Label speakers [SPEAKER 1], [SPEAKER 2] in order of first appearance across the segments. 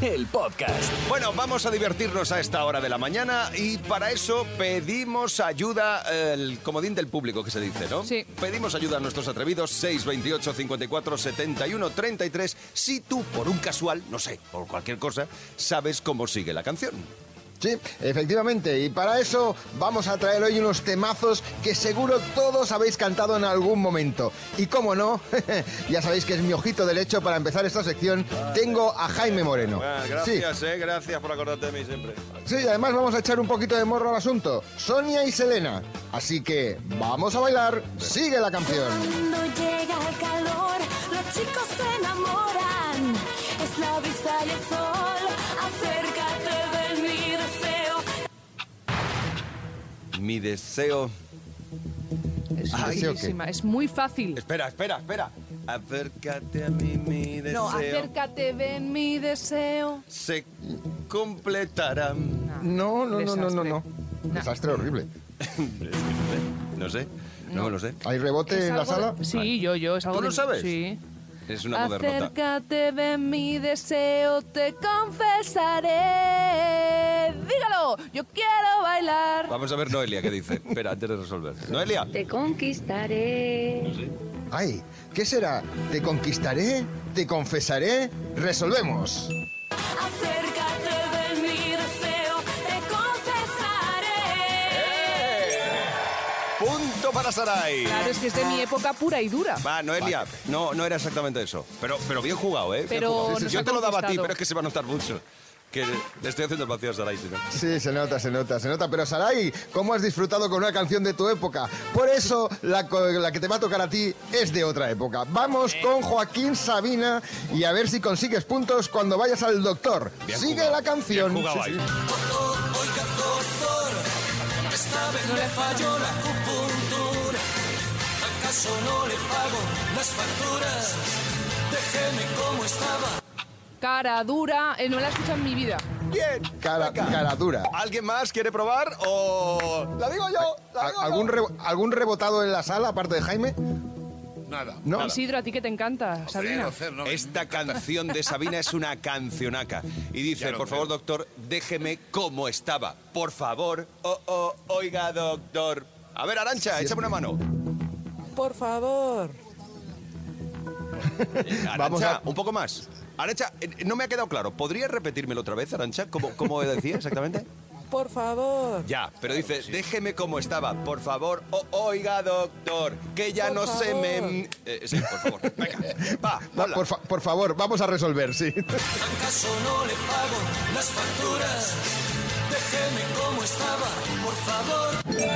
[SPEAKER 1] el podcast.
[SPEAKER 2] Bueno, vamos a divertirnos a esta hora de la mañana y para eso pedimos ayuda, eh, el comodín del público que se dice, ¿no?
[SPEAKER 3] Sí.
[SPEAKER 2] Pedimos ayuda a nuestros atrevidos 628 54 71 33 si tú por un casual, no sé, por cualquier cosa, sabes cómo sigue la canción.
[SPEAKER 4] Sí, efectivamente. Y para eso vamos a traer hoy unos temazos que seguro todos habéis cantado en algún momento. Y como no, ya sabéis que es mi ojito derecho para empezar esta sección. Tengo a Jaime Moreno.
[SPEAKER 2] Bueno, gracias, eh, gracias por acordarte de mí siempre.
[SPEAKER 4] Sí, sí, además vamos a echar un poquito de morro al asunto. Sonia y Selena. Así que vamos a bailar. Sigue la canción.
[SPEAKER 5] Cuando llega el calor, los chicos se enamoran. Es la brisa y el sol. Acércate de mi deseo.
[SPEAKER 2] Mi deseo...
[SPEAKER 3] Es
[SPEAKER 4] Ay,
[SPEAKER 3] facilísima, es muy fácil.
[SPEAKER 2] Espera, espera, espera. Acércate a mí, mi deseo.
[SPEAKER 3] No, acércate, ven mi deseo.
[SPEAKER 2] Se completará.
[SPEAKER 4] No, no, no, no, no, no.
[SPEAKER 3] Nah.
[SPEAKER 4] Desastre horrible.
[SPEAKER 2] No sé, no, lo sé.
[SPEAKER 4] ¿Hay rebote
[SPEAKER 3] ¿Es
[SPEAKER 4] en la
[SPEAKER 3] algo-
[SPEAKER 4] sala?
[SPEAKER 3] Sí, yo, yo, es algo
[SPEAKER 2] lo
[SPEAKER 3] de-
[SPEAKER 2] sabes?
[SPEAKER 3] Sí.
[SPEAKER 2] Es una modernota.
[SPEAKER 3] Acércate, ven mi deseo, te confesaré. Dígalo, yo quiero bailar.
[SPEAKER 2] Vamos a ver Noelia qué dice. Espera, antes de resolver. Noelia.
[SPEAKER 6] Te conquistaré.
[SPEAKER 4] Ay, ¿qué será? ¿Te conquistaré? ¿Te confesaré? Resolvemos.
[SPEAKER 5] Acércate de mi deseo. Te confesaré.
[SPEAKER 3] ¡Eh!
[SPEAKER 2] Punto para Sarai.
[SPEAKER 3] Claro, es que es de mi época pura y dura.
[SPEAKER 2] Va, Noelia, no, no era exactamente eso. Pero, pero bien jugado, ¿eh? Bien
[SPEAKER 3] Pero
[SPEAKER 2] jugado.
[SPEAKER 3] nos
[SPEAKER 2] Yo
[SPEAKER 3] ha
[SPEAKER 2] te lo daba a ti,
[SPEAKER 3] conquistado.
[SPEAKER 2] pero es que se va a notar mucho. Que le estoy haciendo el vacío a Sarai, si no.
[SPEAKER 4] Sí, se nota, se nota, se nota. Pero Sarai, ¿cómo has disfrutado con una canción de tu época? Por eso la, co- la que te va a tocar a ti es de otra época. Vamos con Joaquín Sabina y a ver si consigues puntos cuando vayas al doctor.
[SPEAKER 2] Bien
[SPEAKER 4] Sigue
[SPEAKER 2] jugado,
[SPEAKER 4] la canción.
[SPEAKER 2] bien jugado
[SPEAKER 4] Sí, sí.
[SPEAKER 2] ahí.
[SPEAKER 3] Cara dura, eh, no la he escuchado en mi vida.
[SPEAKER 2] Bien.
[SPEAKER 4] Cara,
[SPEAKER 2] venga.
[SPEAKER 4] cara dura.
[SPEAKER 2] ¿Alguien más quiere probar o...?
[SPEAKER 7] Oh,
[SPEAKER 2] La digo yo, la
[SPEAKER 4] ¿A-
[SPEAKER 2] digo
[SPEAKER 4] ¿Algún,
[SPEAKER 2] yo.
[SPEAKER 4] re- ¿Algún rebotado en la sala, aparte de Jaime?
[SPEAKER 7] Nada.
[SPEAKER 4] No.
[SPEAKER 3] Isidro, a ti que te encanta, Sabina.
[SPEAKER 7] Cero, cero, no.
[SPEAKER 2] Esta canción de Sabina es una cancionaca. Y
[SPEAKER 7] Ya
[SPEAKER 2] dice,
[SPEAKER 7] lo
[SPEAKER 2] por favor,
[SPEAKER 7] creo.
[SPEAKER 2] doctor, déjeme como estaba. Por favor. Oh, oh, oiga, doctor. A ver, Arancha, échame una mano.
[SPEAKER 8] Por favor.
[SPEAKER 4] Vamos
[SPEAKER 2] Arancha,
[SPEAKER 4] a-
[SPEAKER 2] un poco más. Arancha, eh, no me ha quedado claro. ¿Podría repetírmelo otra vez, Arancha? ¿Cómo, cómo decía exactamente?
[SPEAKER 8] Por favor.
[SPEAKER 2] Ya, pero dice, déjeme como estaba, por favor. Oh, oiga, doctor, que ya
[SPEAKER 8] Por
[SPEAKER 2] no se
[SPEAKER 8] favor.
[SPEAKER 2] me... Eh, sí, por favor. Venga, va,
[SPEAKER 4] Va,
[SPEAKER 2] habla.
[SPEAKER 4] por, fa- por favor, vamos a resolver, sí.
[SPEAKER 2] Muy bien.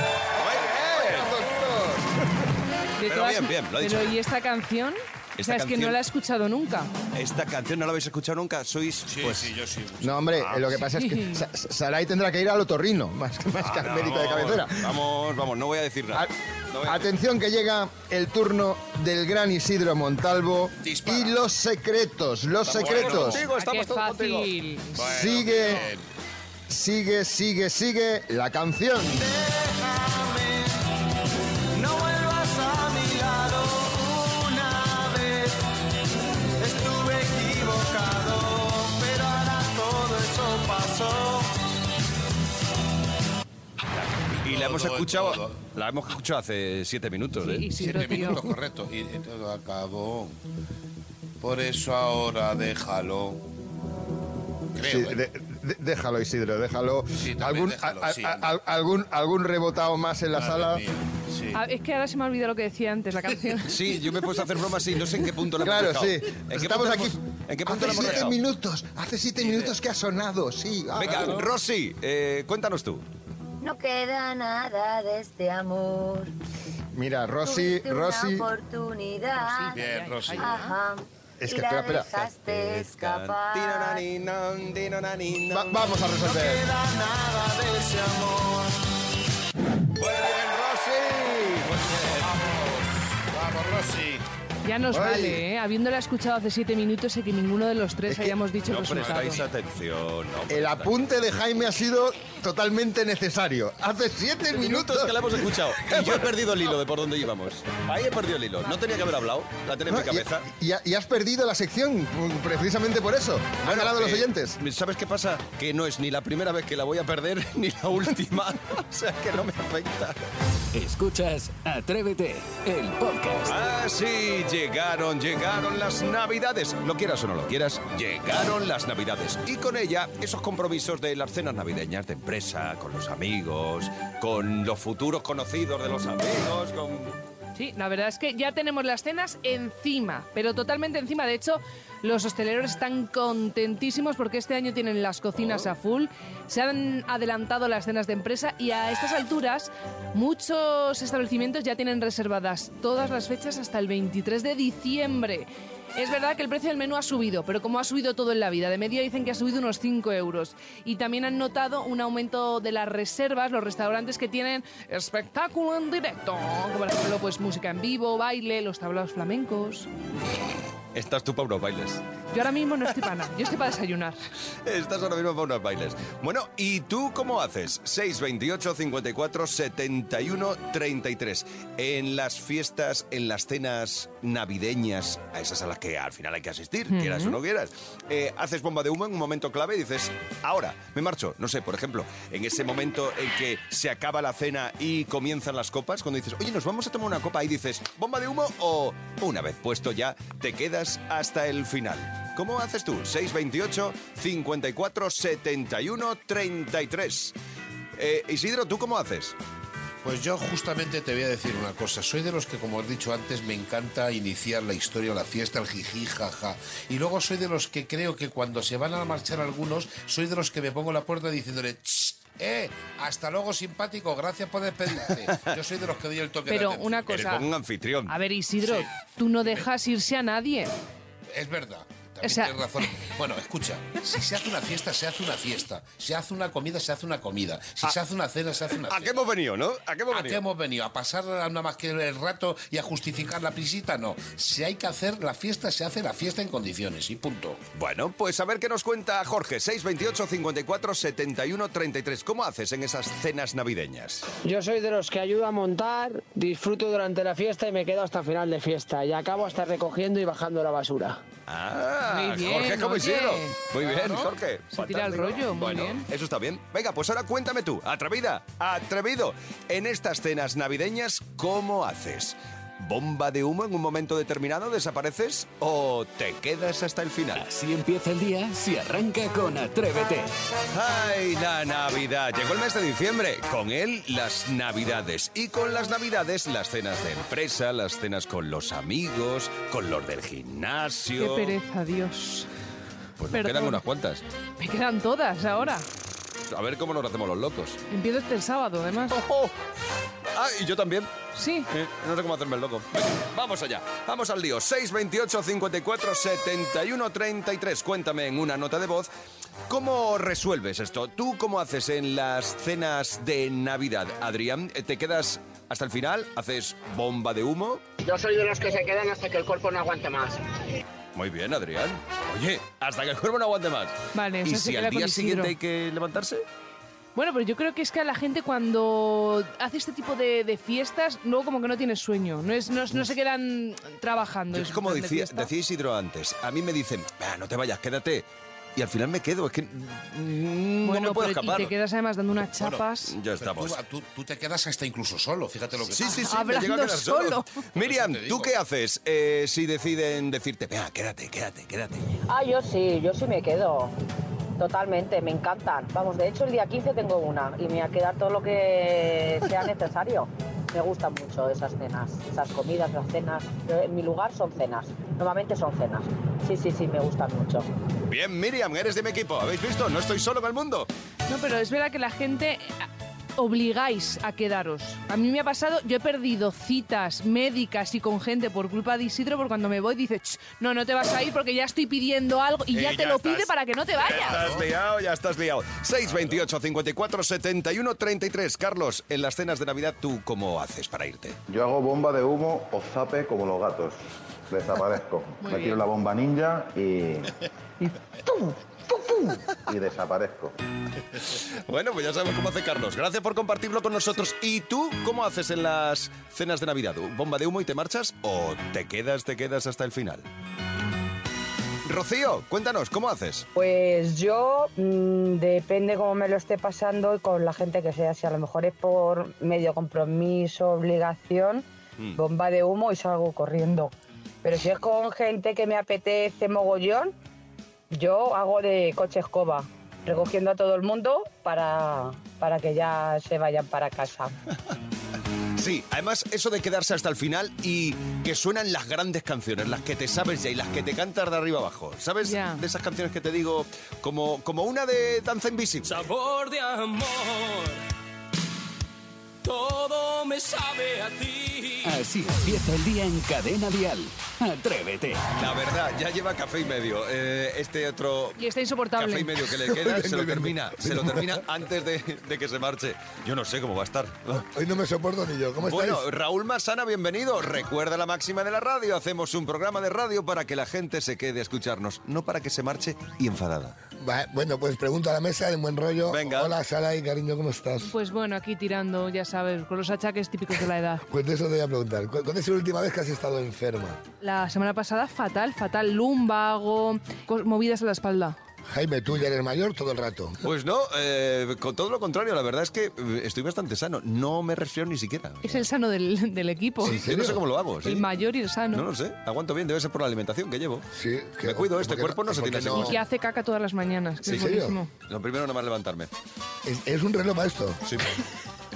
[SPEAKER 3] De
[SPEAKER 2] Pero
[SPEAKER 3] todas-
[SPEAKER 2] bien, bien, lo ha dicho.
[SPEAKER 3] Pero ¿y esta canción?
[SPEAKER 2] Esta
[SPEAKER 3] o sea, es que
[SPEAKER 2] canción-
[SPEAKER 3] no la he escuchado nunca.
[SPEAKER 2] Esta canción no la habéis escuchado nunca, sois...
[SPEAKER 7] Sí,
[SPEAKER 2] pues,
[SPEAKER 7] sí, yo sí.
[SPEAKER 4] No, hombre,
[SPEAKER 2] Ah,
[SPEAKER 4] eh, lo que pasa es que
[SPEAKER 3] sí.
[SPEAKER 4] Sa- Sa- Sarai tendrá que ir al otorrino, más, que- más
[SPEAKER 2] Ah,
[SPEAKER 4] que al mérito de cabecera. Ah,
[SPEAKER 2] Vamos, vamos, no voy a decir nada. No voy
[SPEAKER 4] A-
[SPEAKER 2] a-
[SPEAKER 4] Atención que llega el turno del gran Isidro Montalvo
[SPEAKER 7] Dispara.
[SPEAKER 4] y los secretos, los
[SPEAKER 2] Estamos
[SPEAKER 4] secretos.
[SPEAKER 2] contigo,
[SPEAKER 3] Ah,
[SPEAKER 2] estamos
[SPEAKER 3] qué
[SPEAKER 2] todos contigo.
[SPEAKER 3] fácil.
[SPEAKER 7] Bueno,
[SPEAKER 4] Sigue.
[SPEAKER 7] bien.
[SPEAKER 4] Sigue, sigue, sigue la canción.
[SPEAKER 2] Y la hemos
[SPEAKER 7] Todo,
[SPEAKER 2] escuchado,
[SPEAKER 7] todo.
[SPEAKER 2] la hemos escuchado hace siete minutos,
[SPEAKER 3] Sí,
[SPEAKER 2] ¿eh?
[SPEAKER 3] Isidro,
[SPEAKER 7] Siete
[SPEAKER 3] tío.
[SPEAKER 7] minutos, correcto. Y todo acabó. Por eso ahora déjalo.
[SPEAKER 4] Sí,
[SPEAKER 7] Creo. ¿eh?
[SPEAKER 4] de- de- déjalo, Isidro, déjalo.
[SPEAKER 7] Sí, también
[SPEAKER 4] ¿Algún,
[SPEAKER 7] déjalo,
[SPEAKER 4] a- a-
[SPEAKER 7] sí.
[SPEAKER 4] a- algún, algún rebotado más en la
[SPEAKER 7] Madre
[SPEAKER 4] sala?
[SPEAKER 7] mía, Sí.
[SPEAKER 3] Ah, es que ahora se me ha olvidado lo que decía antes, la canción.
[SPEAKER 2] Sí, yo me he puesto a hacer bromas y no sé en qué punto la
[SPEAKER 4] Claro,
[SPEAKER 2] hemos
[SPEAKER 4] sí.
[SPEAKER 2] dejado. ¿En qué
[SPEAKER 4] Estamos
[SPEAKER 2] punto
[SPEAKER 4] aquí.
[SPEAKER 2] la hemos- ¿En qué punto la
[SPEAKER 4] hace
[SPEAKER 2] hemos
[SPEAKER 4] siete
[SPEAKER 2] dejado?
[SPEAKER 4] minutos, hace siete minutos que ha sonado, sí. Ah,
[SPEAKER 2] Venga,
[SPEAKER 4] claro.
[SPEAKER 2] Rosy, eh, cuéntanos tú.
[SPEAKER 6] No queda nada de este amor.
[SPEAKER 4] Mira, Rosy,
[SPEAKER 6] Tuviste una
[SPEAKER 4] Rosy.
[SPEAKER 6] oportunidad.
[SPEAKER 7] Bien, Rosy.
[SPEAKER 3] Ah,
[SPEAKER 6] Ajá.
[SPEAKER 4] Es que
[SPEAKER 6] y la
[SPEAKER 4] espera, espera.
[SPEAKER 6] dejaste escapar.
[SPEAKER 4] Va- vamos a resolver.
[SPEAKER 2] Muy bien, Rosy.
[SPEAKER 3] Ya nos
[SPEAKER 4] Ay.
[SPEAKER 3] vale, ¿eh? Habiéndola escuchado hace siete minutos, sé que ninguno de los tres
[SPEAKER 4] Es que
[SPEAKER 3] hayamos dicho
[SPEAKER 2] No
[SPEAKER 3] el resultado.
[SPEAKER 2] prestáis atención. No
[SPEAKER 4] El
[SPEAKER 2] prestáis-
[SPEAKER 4] apunte de Jaime ha sido totalmente necesario. Hace siete minutos
[SPEAKER 2] Minutos que la hemos escuchado. Y yo he perdido el hilo de por dónde íbamos. Ahí he perdido el hilo. No tenía que haber hablado. La tenía en
[SPEAKER 4] No,
[SPEAKER 2] mi cabeza.
[SPEAKER 4] Y, y- y has perdido la sección, precisamente por eso. Han
[SPEAKER 2] Bueno,
[SPEAKER 4] ganado los
[SPEAKER 2] eh,
[SPEAKER 4] oyentes.
[SPEAKER 2] ¿Sabes qué pasa? Que no es ni la primera vez que la voy a perder, ni la última. o sea que no me afecta.
[SPEAKER 1] Escuchas Atrévete, el podcast.
[SPEAKER 2] Así llegaron, llegaron las navidades. Lo quieras o no lo quieras, llegaron las navidades. Y con ella, esos compromisos de las cenas navideñas de empresa, con los amigos, con los futuros conocidos de los amigos, con...
[SPEAKER 3] Sí, la verdad es que ya tenemos las cenas encima, pero totalmente encima. De hecho, los hosteleros están contentísimos porque este año tienen las cocinas a full, se han adelantado las cenas de empresa y a estas alturas muchos establecimientos ya tienen reservadas todas las fechas hasta el 23 de diciembre. Es verdad que el precio del menú ha subido, pero como ha subido todo en la vida, de media dicen que ha subido unos 5 euros. Y también han notado un aumento de las reservas, los restaurantes que tienen espectáculo en directo, como por ejemplo pues música en vivo, baile, los tablaos flamencos.
[SPEAKER 2] Estás tú para unos bailes.
[SPEAKER 3] Yo ahora mismo no estoy para nada, yo estoy para desayunar.
[SPEAKER 2] Estás ahora mismo para unos bailes. Bueno, ¿y tú cómo haces? 628 54 71 33. En las fiestas, en las cenas navideñas, a esas a las que al final hay que asistir, quieras o no quieras, eh, haces bomba de humo en un momento clave y dices, ahora me marcho. No sé, por ejemplo, en ese momento en que se acaba la cena y comienzan las copas, cuando dices, oye, nos vamos a tomar una copa, y dices, bomba de humo o una vez puesto ya, te quedas hasta el final. ¿Cómo haces tú? 628 54 71 33. Eh, Isidro, ¿tú cómo haces?
[SPEAKER 7] Pues yo justamente te voy a decir una cosa. Soy de los que, como he dicho antes, me encanta iniciar la historia, la fiesta, el jiji, jaja. Y luego soy de los que creo que cuando se van a marchar algunos, soy de los que me pongo en la puerta diciéndole, "Ch, ¡eh! Hasta luego, simpático, gracias por despedirte. Yo soy de los que doy el toque de
[SPEAKER 3] Pero
[SPEAKER 7] atención.
[SPEAKER 3] una
[SPEAKER 2] Eres
[SPEAKER 3] cosa,
[SPEAKER 2] como un anfitrión.
[SPEAKER 3] a ver Isidro,
[SPEAKER 7] Sí.
[SPEAKER 3] tú no dejas irse a nadie.
[SPEAKER 7] Es verdad.
[SPEAKER 3] O
[SPEAKER 7] También
[SPEAKER 3] sea-
[SPEAKER 7] tienes razón. Bueno, escucha, si se hace una fiesta, se hace una fiesta. Si hace una comida, se hace una comida. Si se hace una cena, se hace una
[SPEAKER 2] Ah. ¿A qué
[SPEAKER 7] cena.
[SPEAKER 2] hemos venido, no? ¿A qué hemos
[SPEAKER 7] ¿A qué
[SPEAKER 2] venido?
[SPEAKER 7] hemos venido? ¿A pasar nada más que el rato y a justificar la prisita? No. Si hay que hacer la fiesta, se hace la fiesta en condiciones y punto.
[SPEAKER 2] Bueno, pues a ver qué nos cuenta Jorge. 628 54 71 33. ¿Cómo haces en esas cenas navideñas?
[SPEAKER 9] Yo soy de los que ayuda a montar, disfruto durante la fiesta y me quedo hasta final de fiesta. Y acabo hasta recogiendo y bajando la basura.
[SPEAKER 2] Ah,
[SPEAKER 3] Muy bien,
[SPEAKER 2] Jorge como
[SPEAKER 3] oye.
[SPEAKER 2] Isidro. Muy bien,
[SPEAKER 7] Claro.
[SPEAKER 2] Jorge.
[SPEAKER 3] Se tira el
[SPEAKER 2] Fantástico.
[SPEAKER 3] rollo, muy
[SPEAKER 2] Bueno,
[SPEAKER 3] bien.
[SPEAKER 2] Eso está bien. Venga, pues ahora cuéntame tú, atrevida, atrevido. En estas cenas navideñas, ¿cómo haces? ¿Bomba de humo en un momento determinado desapareces o te quedas hasta el final?
[SPEAKER 1] Así empieza el día si arranca con Atrévete.
[SPEAKER 2] ¡Ay, la Navidad! Llegó el mes de diciembre, con él las Navidades. Y con las Navidades, las cenas de empresa, las cenas con los amigos, con los del
[SPEAKER 3] Qué
[SPEAKER 2] gimnasio.
[SPEAKER 3] pereza, Dios.
[SPEAKER 2] Pues nos
[SPEAKER 3] Perdón.
[SPEAKER 2] quedan unas cuantas.
[SPEAKER 3] Me quedan todas ahora.
[SPEAKER 2] A ver cómo nos hacemos los locos.
[SPEAKER 3] Empiezo este sábado, además.
[SPEAKER 2] ¡Oh! Ah, y yo también.
[SPEAKER 3] Sí.
[SPEAKER 2] Eh, No sé cómo hacerme el loco. Venga, vamos allá. Vamos al lío. 628 54 71 33. Cuéntame en una nota de voz. ¿Cómo resuelves esto? ¿Tú cómo haces en las cenas de Navidad, Adrián? Eh, ¿Te quedas hasta el final? ¿Haces bomba de humo?
[SPEAKER 9] Yo soy de los que se quedan hasta que el cuerpo no aguante más.
[SPEAKER 2] Muy bien, Adrián. Oye, hasta que el cuerpo no aguante más.
[SPEAKER 3] Vale,
[SPEAKER 2] ¿Y
[SPEAKER 3] eso se
[SPEAKER 2] si
[SPEAKER 3] queda
[SPEAKER 2] al
[SPEAKER 3] con
[SPEAKER 2] día
[SPEAKER 3] Isidro.
[SPEAKER 2] siguiente hay que levantarse?
[SPEAKER 3] Bueno, pero yo creo que es que a la gente cuando hace este tipo de, de fiestas, luego como que no tiene sueño, no, es, no, es- no se quedan trabajando.
[SPEAKER 2] Yo es como
[SPEAKER 3] plan de
[SPEAKER 2] decía,
[SPEAKER 3] fiesta.
[SPEAKER 2] decía Isidro antes, a mí me dicen, "Ah, no te vayas, quédate. Y al final me quedo, es que mm, no
[SPEAKER 3] bueno,
[SPEAKER 2] me puedo
[SPEAKER 3] pero-
[SPEAKER 2] escapar.
[SPEAKER 3] Y te quedas además dando unas chapas.
[SPEAKER 2] Ya
[SPEAKER 7] Pero
[SPEAKER 2] estamos.
[SPEAKER 7] Tú, tú, tú te quedas hasta incluso solo, fíjate lo que
[SPEAKER 2] Sí, sí, sí, me
[SPEAKER 3] Hablando
[SPEAKER 2] llego a quedar solo.
[SPEAKER 3] solo.
[SPEAKER 2] Miriam,
[SPEAKER 7] Por eso te
[SPEAKER 2] ¿tú
[SPEAKER 7] digo.
[SPEAKER 2] qué haces eh, si deciden decirte, venga, quédate, quédate, quédate?
[SPEAKER 10] Ah, yo sí, yo sí me quedo. Totalmente, me encantan. Vamos, de hecho el día 15 tengo una y me voy a quedar todo lo que sea necesario. Me gustan mucho esas cenas, esas comidas, las cenas. Yo, En mi lugar son cenas, normalmente son cenas. Sí, sí, sí, me gustan mucho.
[SPEAKER 2] Bien, Miriam, eres de mi equipo. ¿Habéis visto? No estoy solo en el mundo.
[SPEAKER 3] No, pero es verdad que la gente eh, obligáis a quedaros. A mí me ha pasado, yo he perdido citas médicas y con gente por culpa de Isidro, porque cuando me voy dice, "Ch, no, no te vas a ir porque ya estoy pidiendo algo y
[SPEAKER 2] Y
[SPEAKER 3] ya, te
[SPEAKER 2] Eh, ya
[SPEAKER 3] lo
[SPEAKER 2] estás.
[SPEAKER 3] pide para que no te
[SPEAKER 2] Ya
[SPEAKER 3] vayas.
[SPEAKER 2] estás liado, ya estás liado. 628 54 71 33. Carlos, en las cenas de Navidad, ¿tú cómo haces para irte?
[SPEAKER 11] Yo hago bomba de humo o zape como los gatos. Desaparezco.
[SPEAKER 2] Muy
[SPEAKER 11] Me
[SPEAKER 2] bien.
[SPEAKER 11] tiro la bomba ninja y. y ¡pum! ¡pum! ¡pum! Y desaparezco.
[SPEAKER 2] Bueno, pues ya sabemos cómo hace Carlos. Gracias por compartirlo con nosotros. ¿Y tú cómo haces en las cenas de Navidad? ¿Bomba de humo y te marchas o te quedas, te quedas hasta el final? Rocío, cuéntanos, ¿cómo haces?
[SPEAKER 10] Pues yo, mm, depende cómo me lo esté pasando y con la gente que sea, si a lo mejor es por medio compromiso, obligación,
[SPEAKER 5] Mm.
[SPEAKER 10] bomba de humo y salgo corriendo. Pero si es con gente que me apetece mogollón, yo hago de coche escoba, recogiendo a todo el mundo para, para que ya se vayan para casa.
[SPEAKER 2] Sí, además eso de quedarse hasta el final y que suenan las grandes canciones, las que te sabes ya y las que te cantas de arriba abajo. ¿Sabes? De esas canciones que te digo, como, como una de Danza Invisible.
[SPEAKER 12] Sabor de amor. Todo me sabe a ti.
[SPEAKER 1] Así empieza el día en Cadena Dial. Atrévete.
[SPEAKER 2] La verdad, ya lleva café y medio. Eh, este otro
[SPEAKER 3] Y está insoportable.
[SPEAKER 2] Café y medio que le queda, se lo termina, se lo termina antes de, de que se marche. Yo no sé cómo va a estar.
[SPEAKER 13] Hoy no me soporto ni yo. ¿Cómo estáis?
[SPEAKER 2] Bueno, Raúl Masana, bienvenido. Recuerda la máxima de la radio. Hacemos un programa de radio para que la gente se quede a escucharnos, no para que se marche y enfadada.
[SPEAKER 13] Va, bueno, pues pregunto a la mesa de buen rollo. Hola, Sara y cariño, ¿cómo estás?
[SPEAKER 3] Pues bueno, aquí tirando, ya sabes, con los achaques típicos de la edad.
[SPEAKER 13] Pues de eso te voy a preguntar. ¿Cu- ¿Cuándo es la última vez que has estado enferma?
[SPEAKER 3] La semana pasada fatal, fatal, lumbago, cos- movidas en la espalda.
[SPEAKER 13] Jaime, tú ya eres mayor todo el rato.
[SPEAKER 2] Pues no, eh, con todo lo contrario, la verdad es que eh, estoy bastante sano. No me resfriado ni siquiera.
[SPEAKER 3] Es el sano del, del equipo.
[SPEAKER 2] Sí, yo no sé cómo lo hago. ¿sí?
[SPEAKER 3] El mayor y el sano.
[SPEAKER 2] No lo sé. Aguanto bien, debe ser por la alimentación que llevo.
[SPEAKER 13] Sí,
[SPEAKER 2] me cuido, este cuerpo no se tiene así.
[SPEAKER 3] Y que hace caca todas las mañanas. que es buenísimo.
[SPEAKER 2] Lo primero nada más levantarme.
[SPEAKER 13] ¿Es, es un reloj para esto?
[SPEAKER 2] Sí.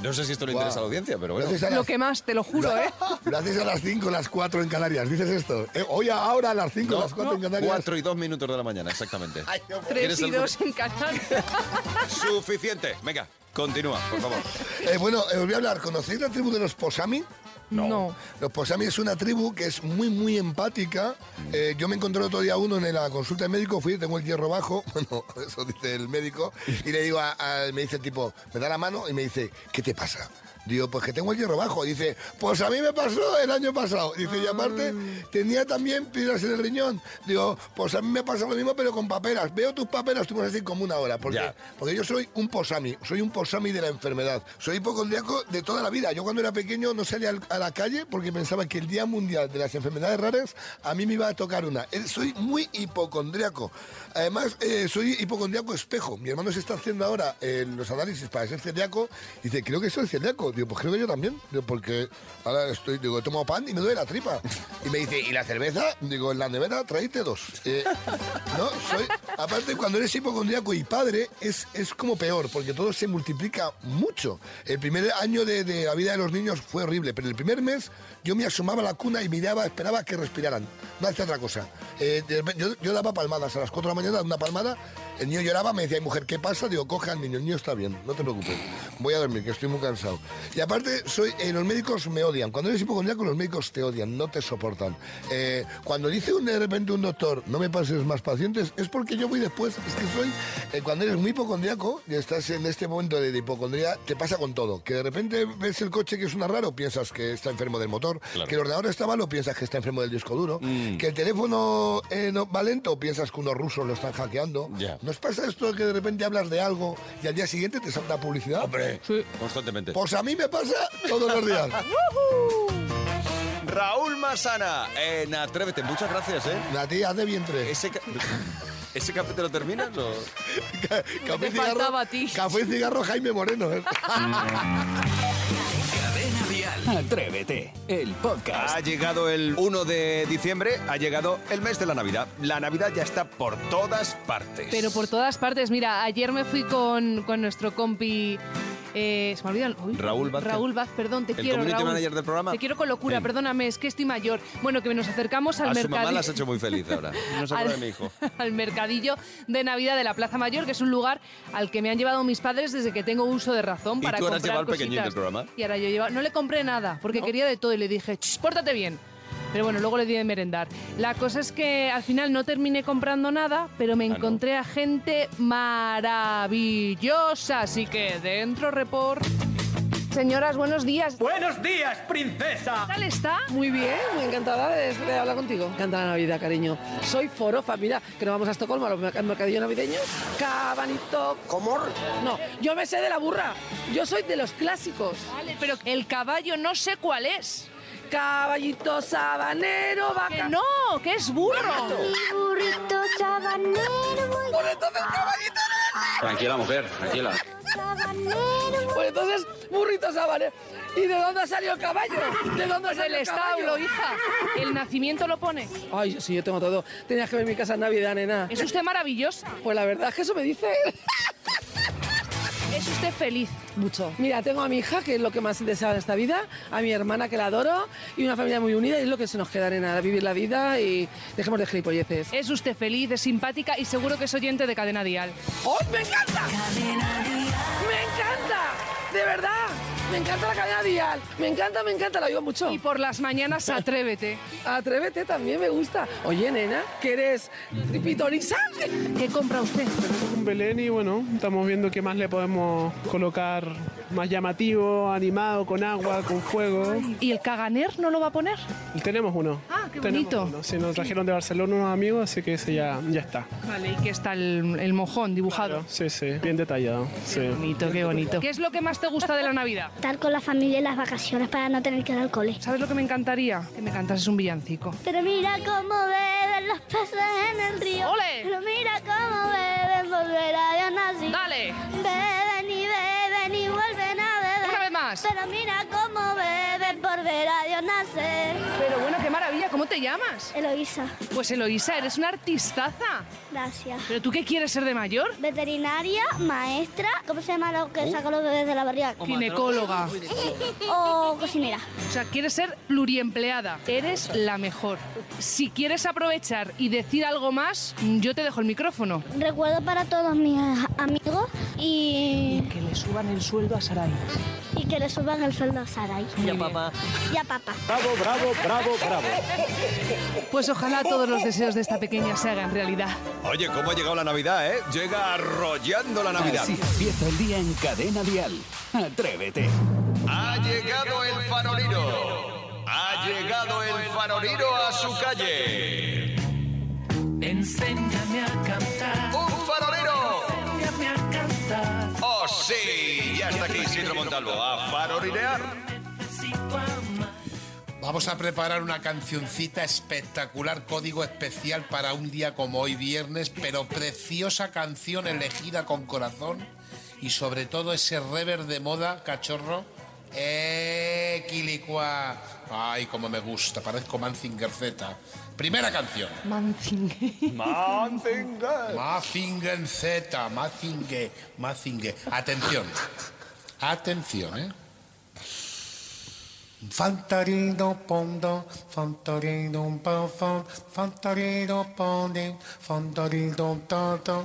[SPEAKER 2] No sé si esto le
[SPEAKER 13] Guau.
[SPEAKER 2] interesa a la audiencia, pero bueno.
[SPEAKER 13] Gracias a
[SPEAKER 3] Lo que más, te lo juro, ¿eh?
[SPEAKER 13] Lo haces a las 5, las 4 en Canarias, dices esto. Eh, hoy ahora a las 5,
[SPEAKER 2] No,
[SPEAKER 13] las 4 en Canarias.
[SPEAKER 2] 4 y 2 minutos de la mañana, exactamente.
[SPEAKER 3] Tres
[SPEAKER 2] ¿Quieres
[SPEAKER 3] y
[SPEAKER 2] algo?
[SPEAKER 3] dos en Canarias.
[SPEAKER 2] Suficiente. Venga, continúa, por favor.
[SPEAKER 13] Eh, bueno, eh, os voy a hablar. ¿Conocéis la tribu de los Posami?
[SPEAKER 3] No.
[SPEAKER 13] Los Posami pues es una tribu que es muy, muy empática. Eh, yo me encontré otro día uno en la consulta del médico, fui, tengo el hierro bajo, bueno, eso dice el médico, y le digo, a- a- me dice el tipo, me da la mano y me dice, ¿qué te pasa? Digo, pues que tengo el hierro bajo. Dice, pues a mí me pasó el año pasado. Dice, y aparte tenía también piedras en el riñón. Digo, pues a mí me pasa lo mismo, pero con paperas. Veo tus paperas, tú me vas a decir como una hora. Porque, porque yo soy un posami, soy un posami de la enfermedad. Soy hipocondriaco de toda la vida. Yo cuando era pequeño no salía al- a la calle porque pensaba que el Día Mundial de las Enfermedades Raras a mí me iba a tocar una. Eh, Soy muy hipocondriaco. Además, eh, soy hipocondriaco espejo. Mi hermano se está haciendo ahora eh, los análisis para ser celíaco. Dice, creo que soy celíaco. Digo, pues creo que yo también. Digo, porque ahora estoy, digo, he tomado pan y me duele la tripa. Y me dice, ¿y la cerveza? Digo, en la nevera traíste dos. Eh, no, soy, aparte, cuando eres hipocondriaco y padre, es, es como peor, porque todo se multiplica mucho. El primer año de, de la vida de los niños fue horrible, pero el primer mes yo me asomaba a la cuna y miraba, esperaba que respiraran. No hacía otra cosa. Eh, de repente- yo, yo daba palmadas a las 4 de la mañana, daba una palmada, el niño lloraba, me decía, "Ay, mujer, ¿qué pasa? Digo, coge al niño, el niño está bien, no te preocupes. Voy a dormir, que estoy muy cansado. Y aparte, soy, eh, los médicos me odian. Cuando eres hipocondriaco, los médicos te odian, no te soportan. Eh, cuando dice un- de repente un doctor, no me pases más pacientes, es porque yo voy después. Es que soy, eh, cuando eres muy hipocondriaco y estás en este momento de, de hipocondría, te pasa con todo. Que de repente ves el coche que es un raro, piensas que está enfermo del motor.
[SPEAKER 2] Claro. Mm.
[SPEAKER 13] Que el ordenador está malo, piensas que está enfermo del disco duro. Que el teléfono eh, no, va lento, piensas que unos rusos lo están hackeando.
[SPEAKER 2] Ya.
[SPEAKER 13] ¿Nos pasa esto que de repente hablas de algo y al día siguiente te salta publicidad? ¡Hombre!
[SPEAKER 2] Constantemente.
[SPEAKER 13] Pues a mí me pasa todos los días.
[SPEAKER 2] Raúl Masana, en Atrévete, muchas gracias, ¿eh?
[SPEAKER 13] La tía de vientre.
[SPEAKER 2] ¿Ese, ca- ¿Ese café te lo terminas o...?
[SPEAKER 13] Café, y cigarro, café y cigarro Jaime Moreno. ¿eh?
[SPEAKER 1] Atrévete, el podcast.
[SPEAKER 2] Ha llegado el 1 de diciembre, ha llegado el mes de la Navidad. La Navidad ya está por todas partes.
[SPEAKER 3] Pero por todas partes, mira, ayer me fui con, con nuestro compi Eh, se me olvidan. uy,
[SPEAKER 2] Raúl Vázquez.
[SPEAKER 3] Raúl Vázquez, perdón, te
[SPEAKER 2] El
[SPEAKER 3] quiero.
[SPEAKER 2] community
[SPEAKER 3] Raúl.
[SPEAKER 2] manager del programa.
[SPEAKER 3] Te quiero con locura,
[SPEAKER 2] Sí.
[SPEAKER 3] perdóname, es que estoy mayor. Bueno, que nos acercamos al
[SPEAKER 2] a su mamá
[SPEAKER 3] mercadillo.
[SPEAKER 2] la has hecho muy feliz ahora. No se acuerda de mi hijo.
[SPEAKER 3] al mercadillo de Navidad de la Plaza Mayor, que es un lugar al que me han llevado mis padres desde que tengo uso de razón
[SPEAKER 2] Y
[SPEAKER 3] para
[SPEAKER 2] tú ahora has
[SPEAKER 3] comprar
[SPEAKER 2] llevado al pequeñín
[SPEAKER 3] cositas.
[SPEAKER 2] del programa.
[SPEAKER 3] Y ahora yo llevo, no le compré nada, porque quería de todo y le dije, "Ch, pórtate bien. Pero bueno, luego le di de merendar. La cosa es que al final no terminé comprando nada, pero me
[SPEAKER 2] Ah, no.
[SPEAKER 3] encontré a gente maravillosa. Así que dentro report. Señoras, buenos días.
[SPEAKER 14] Buenos días, princesa.
[SPEAKER 3] ¿Qué tal está?
[SPEAKER 15] Muy bien, muy encantada de, de hablar contigo. Encanta la Navidad, cariño. Soy Forofa, mira, que nos vamos a Estocolmo, al merc- al mercadillo navideño. Cabanito. ¿Comor? No, yo me sé de la burra. Yo soy de los clásicos.
[SPEAKER 3] Vale, pero el caballo no sé cuál es.
[SPEAKER 15] Caballito sabanero, vaca.
[SPEAKER 3] Que no, que es burro.
[SPEAKER 5] Burrito sabanero, voy
[SPEAKER 15] Por entonces, caballito
[SPEAKER 16] Tranquila, mujer, tranquila.
[SPEAKER 15] sabanero. Por entonces, burrito sabanero. ¿Y de dónde ha salido el caballo? ¿De dónde ha
[SPEAKER 3] Del
[SPEAKER 15] salido el caballo?
[SPEAKER 3] establo, hija. El nacimiento lo pone.
[SPEAKER 15] Ay, sí, yo tengo todo. Tenías que ver mi casa en Navidad, nena.
[SPEAKER 3] Es usted maravillosa.
[SPEAKER 15] Pues la verdad es que eso me dice.
[SPEAKER 3] ¿Es usted feliz?
[SPEAKER 15] Mucho. Mira, tengo a mi hija, que es lo que más deseaba en esta vida, a mi hermana, que la adoro, y una familia muy unida, y es lo que se nos queda, nena, vivir la vida y dejemos de gilipolleces.
[SPEAKER 3] Es usted feliz, es simpática y seguro que es oyente de Cadena Dial.
[SPEAKER 15] ¡Ay, ¡Oh, me encanta! ¡Me encanta! ¡De verdad! Me encanta la cadena Dial. Me encanta, me encanta, la oigo mucho.
[SPEAKER 3] Y por las mañanas atrévete.
[SPEAKER 15] Atrévete, también me gusta. Oye, nena, que eres pitorizante.
[SPEAKER 3] ¿Qué compra usted?
[SPEAKER 17] un Belén y bueno, estamos viendo qué más le podemos colocar más llamativo, animado, con agua, con fuego.
[SPEAKER 3] ¿Y el caganer no lo va a poner?
[SPEAKER 17] Tenemos uno.
[SPEAKER 3] Ah, qué
[SPEAKER 17] Tenemos
[SPEAKER 3] bonito.
[SPEAKER 17] uno. Sí, nos trajeron de Barcelona unos amigos, así que ese ya, ya está.
[SPEAKER 3] Vale, y que está el, el mojón dibujado.
[SPEAKER 17] Sí, sí, bien detallado. Qué
[SPEAKER 3] bonito, qué bonito. ¿Qué es lo que más te gusta de la Navidad?
[SPEAKER 18] Estar con la familia en las vacaciones para no tener que ir al cole.
[SPEAKER 3] ¿Sabes lo que me encantaría? Que me cantases un villancico.
[SPEAKER 18] Pero mira cómo beben los peces en el río.
[SPEAKER 3] ¡Ole!
[SPEAKER 18] Pero mira cómo beben, volver a Dios nací.
[SPEAKER 3] ¡Dale!
[SPEAKER 18] Beben y beben y vuelven a beber.
[SPEAKER 3] Una vez más.
[SPEAKER 18] Pero mira cómo beben, por ver a Dios nacer.
[SPEAKER 3] Pero bueno, qué maravilla, ¿cómo te llamas?
[SPEAKER 18] Eloísa,
[SPEAKER 3] Pues Eloísa, eres una artistaza.
[SPEAKER 18] gracias.
[SPEAKER 3] ¿Pero tú qué quieres ser de mayor?
[SPEAKER 18] Veterinaria, maestra, ¿cómo se llama lo que
[SPEAKER 3] Oh.
[SPEAKER 18] saca los bebés de la barriga?
[SPEAKER 3] Ginecóloga.
[SPEAKER 18] O cocinera.
[SPEAKER 3] O sea, quieres ser pluriempleada. Eres la mejor. Si quieres aprovechar y decir algo más, yo te dejo el micrófono.
[SPEAKER 18] Recuerdo para todos mis amigos y...
[SPEAKER 3] Que le suban el sueldo a Sarai.
[SPEAKER 18] y que le suban el sueldo a Sarai.
[SPEAKER 3] Ya, papá.
[SPEAKER 18] Ya, papá.
[SPEAKER 19] Bravo, bravo, bravo, bravo.
[SPEAKER 3] Pues ojalá todos los deseos de esta pequeña se hagan realidad.
[SPEAKER 2] Oye, ¿cómo ha llegado la Navidad, eh? Llega arrollando la Navidad.
[SPEAKER 1] Así empieza el día en Cadena Dial. Atrévete.
[SPEAKER 2] Ha llegado el farolino. Ha llegado el farolino a su calle.
[SPEAKER 12] Enséñame a cantar.
[SPEAKER 2] ¡Un farolero!
[SPEAKER 12] Enséñame a cantar.
[SPEAKER 2] ¡Oh, sí! Ya está aquí Isidro Montalvo a farolinear.
[SPEAKER 7] Vamos a preparar una cancioncita espectacular, código especial para un día como hoy viernes, pero preciosa canción elegida con corazón y sobre todo ese rever de moda, cachorro. ¡Eh, Quilicua! ¡Ay, cómo me gusta! Parezco Manzinger Z. Primera canción.
[SPEAKER 3] Manzingue.
[SPEAKER 7] Mazinger. Mazinger Z. Mazinger. Mazinger. Atención. Atención, ¿eh? Fantarino pondo, fantarino pa fan, fantarino pondi, fantarino ta ta,